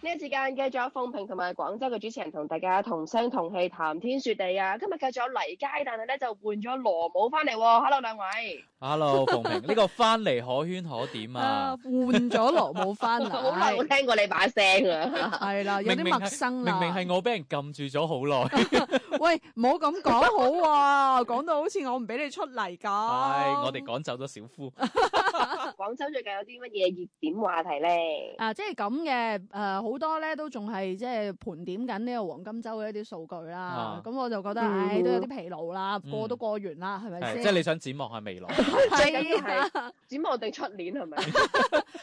呢一時間繼續有鳳平同埋廣州嘅主持人同大家同聲同氣談天說地啊！今日繼續有黎佳，但係咧就換咗羅姆翻嚟喎。Hello 兩位， Hello，鳳 平，呢個翻嚟可圈可點啊，啊！換咗羅姆翻我好耐冇嚟，聽過你把聲 啊！係啦，有明啲明係陌生明啦。明係我俾人撳住咗好耐，喂，唔好咁講好喎、講到好似我唔俾你出嚟咁。唉，我哋趕走咗小夫。廣州最近有啲乜嘢熱點話題咧？啊，即係咁嘅，誒、好多咧都仲係即係盤點緊呢個黃金周嘅一啲數據啦啊。咁、我就覺得，嗯唉，都有啲疲勞啦，嗯過都過完啦，係咪係先？即係你想展望下未來，最緊要係啊係啊展望定出年係咪？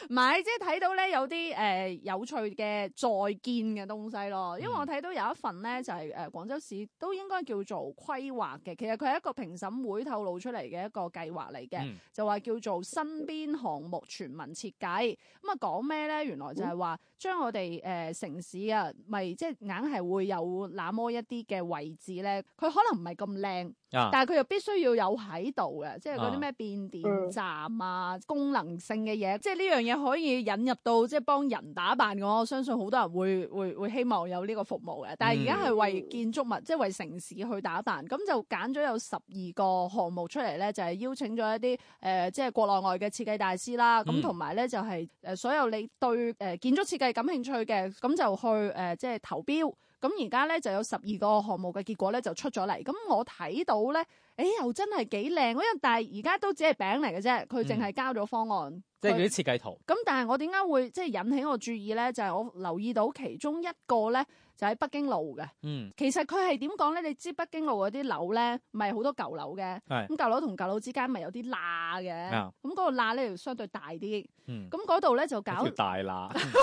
唔係，即係睇到咧有啲誒、呃有趣嘅再見嘅東西咯。因為我睇到有一份咧就係、誒廣州市都應該叫做規劃嘅，其實佢係一個評審會透露出嚟嘅一個計劃嚟嘅，嗯就話叫做身邊項目全民設計。咁啊講咩咧？原來就係話將我哋誒、呃城市啊，咪即係硬係會有那麼一啲嘅位置咧，佢可能唔係咁靚。啊，但係佢又必須要有喺度嘅，即係嗰啲啊咩變電站啊、功能性嘅嘢，即係呢樣嘢可以引入到即係幫人打扮我，我相信好多人會會會希望有呢個服務嘅。但係而家係為建築嗯物，即係為城市去打扮，咁就揀咗有十二個項目出嚟咧，就係、邀請咗一啲誒、呃即係國內外嘅設計大師啦，咁嗯同埋咧就係、呃所有你對誒、呃建築設計感興趣嘅，咁就去誒、呃即係投標。咁而家咧就有十二個項目嘅結果咧就出咗嚟，咁我睇到咧，誒又真係幾靚，因為但係而家都只係餅嚟嘅啫，佢嗯淨係交咗方案。即係嗰佢啲設計圖。咁但係我點解會即係引起我注意咧？就係、我留意到其中一個咧就喺北京路嘅，嗯，其實佢係點講咧？你知北京路嗰啲樓咧，咪好多舊樓嘅，係，咁舊樓同舊樓之間咪有啲罅嘅，啊咁嗰個罅咧就相對大啲，嗯，咁嗰度咧就搞有條大嗯罅。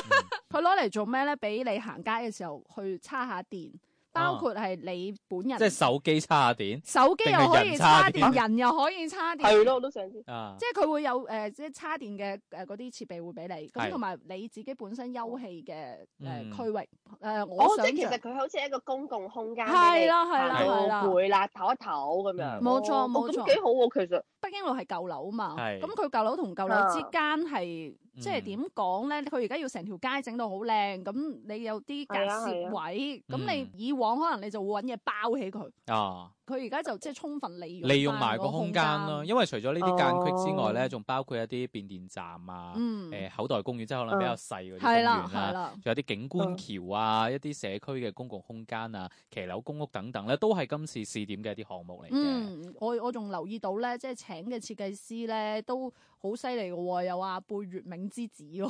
佢攞嚟做咩咧？俾你行街嘅時候去叉下電，包括係你本人，啊即係手機叉電手機又可以叉定係人叉電，人又可以叉電，係咯，我都想知。啊即，係佢會有誒、呃即係叉電嘅誒嗰啲設備會俾你，咁係同埋你自己本身休憩嘅嗯誒區域誒、呃哦即我，係想其像實佢好似一個公共空間俾你係啦係啦行係行到啦。嗯攰啦，唞一唞咁樣。冇錯哦冇咁錯幾好喎，其實。北京路係舊樓啊嘛，係咁佢舊樓同舊啊樓之間係嗯即係點講咧？佢而家要成條街整到好靚，咁你有啲隔係啊攝係位，咁嗯你以往可能你就會揾嘢包起佢，啊，佢而家就即係充分利用利用埋個個空間咯。。因為除咗呢啲間隙之外哦咧，仲包括一啲變電站啊，嗯，誒口袋公園，即係可能比較細嗰啲公係啦園係啦。啦，仲有啲景嗯觀橋啊，一啲社區嘅公共空間啊，騎樓公屋等等咧，都係今次試點嘅一啲項目嚟嘅。嗯，我我仲留意到咧，即係請嘅設計師咧都好犀利嘅喎，有話貝月明之子喎，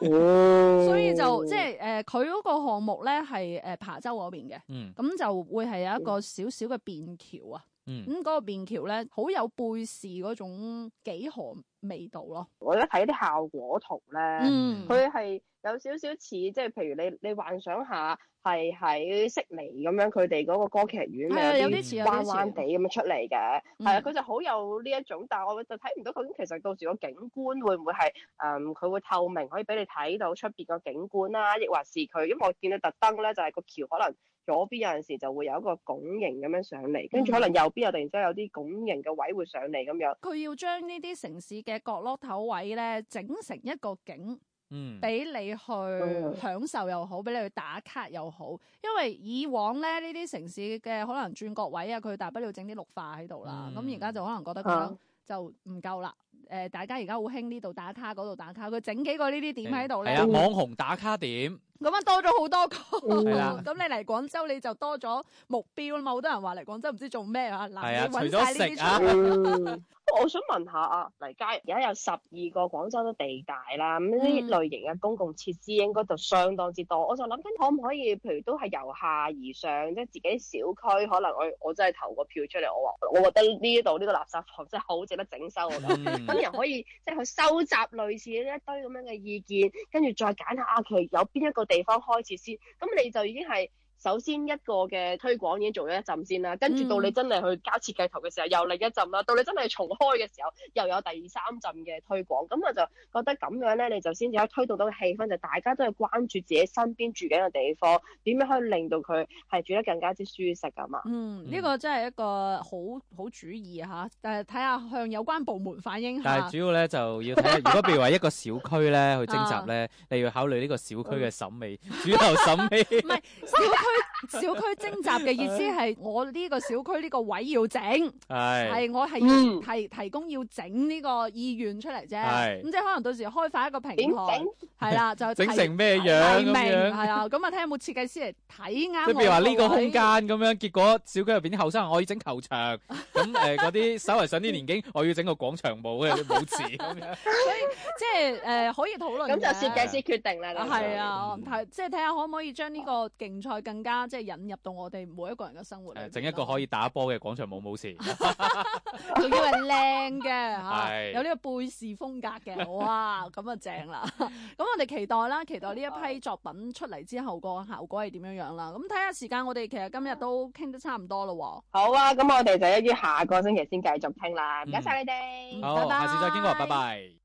哦所以就即係誒佢嗰個項目咧係誒琶洲嗰邊嘅。嗯咁就會係有一個少少嘅便橋啊，咁、嗯，嗰個便橋咧好有貝氏嗰種幾何味道咯，我而家睇啲效果圖咧，嗯，佢係、有少少似即係譬如你你幻想下係喺悉尼咁樣，佢哋嗰個歌劇院係啊咪有有啲啲似有彎啲彎地似，咁樣出嚟嘅，係啊，嗯佢就好有呢一種，但係我就睇唔到究竟其實到時個景觀會唔會係誒佢會透明，可以俾你睇到出邊個景觀啦、亦或是佢，因為我見到特登咧就係、個橋可能。左邊有陣時就會有一個拱形咁樣上嚟，跟住嗯可能右邊又突然之間有啲拱形嘅位會上嚟咁樣，佢要將呢啲城市嘅角落頭位咧整成一個景。嗯啊俾你去享受又好，俾你去打卡又好，因為以往咧呢啲城市嘅可能轉角位啊，佢大不了整啲綠化喺度啦。嗯咁而家就可能覺得咁樣啊就唔夠啦。誒、大家而家好興呢度打卡，嗰度打卡，佢整幾個呢啲點喺度咧係，啊，網紅打卡 點，咁啊多咗好多個。嗯係啦咁你嚟廣州你就多咗目標啦嘛。好多人話嚟廣州唔知做咩啊，係嗱啊你揾晒除咗呢啲食啊出嚟嗯， 我想問下啊，黎佳，而家有十二個廣州嘅地帶啦，咁呢類型嘅公共設施應該就相當之多。我就諗緊可唔可以，譬如都係由下而上，即係自己小區，可能我我真係投個票出嚟，我話我覺得呢度呢個垃圾房真係好值得整修啊。 嗯咁又可以即係去收集類似呢一堆咁樣嘅意見，跟住再揀下啊，佢有邊一個地方開始先。咁你就已經係首先一個嘅推廣已經做咗一陣先啦，跟住到嗯你真係去交設計圖嘅時候又另一陣啦，到你真係重開嘅時候又有第三陣嘅推廣，咁我就覺得咁樣咧，你就先至可以推動到個氣氛，就大家都係關注自己身邊住緊嘅地方，點樣可以令到佢係住得更加之舒適啊嘛。嗯，呢、嗯個真係一個好好主意啊吓，但係睇下向有關部門反映但下係。主要咧就要睇下， 如果譬如話一個小區咧去徵集啊咧，你要考慮呢個小區嗯嘅審美、主流審美。 唔係小區小區徵集嘅意思係我呢個小區呢個位要整，係係我係嗯提提供要整呢個意願出嚟啫。係咁即係可能到時開發一個平點台整，？係啦，就整提成咩樣咁提名樣？係啦，咁啊睇下有冇設計師嚟睇啱。即係譬如話呢個個空位間咁樣，結果小區入邊啲後生我要整球場，咁誒嗰啲稍為上啲年紀，我要整個廣場舞嘅舞池咁樣。即係誒可以討論嘅。咁就設計師決定啦。咁就係啊，嗯睇即係睇下可唔可以將呢個競賽更加即係引入到我哋每一個人嘅生活裏邊誒咯。整一個可以打波嘅廣場舞舞 池，仲要係靚嘅嚇，係有呢個貝氏風格嘅，哇，咁啊正啦！咁我哋期待啦，期待呢一批作品出嚟之後個效果係點樣樣啦。咁睇下時間，我哋其實今日都傾得差唔多咯好啊，咁我哋就一於下個星期先繼續傾啦。唔該晒你哋。嗯好，拜下拜次再經過，拜拜。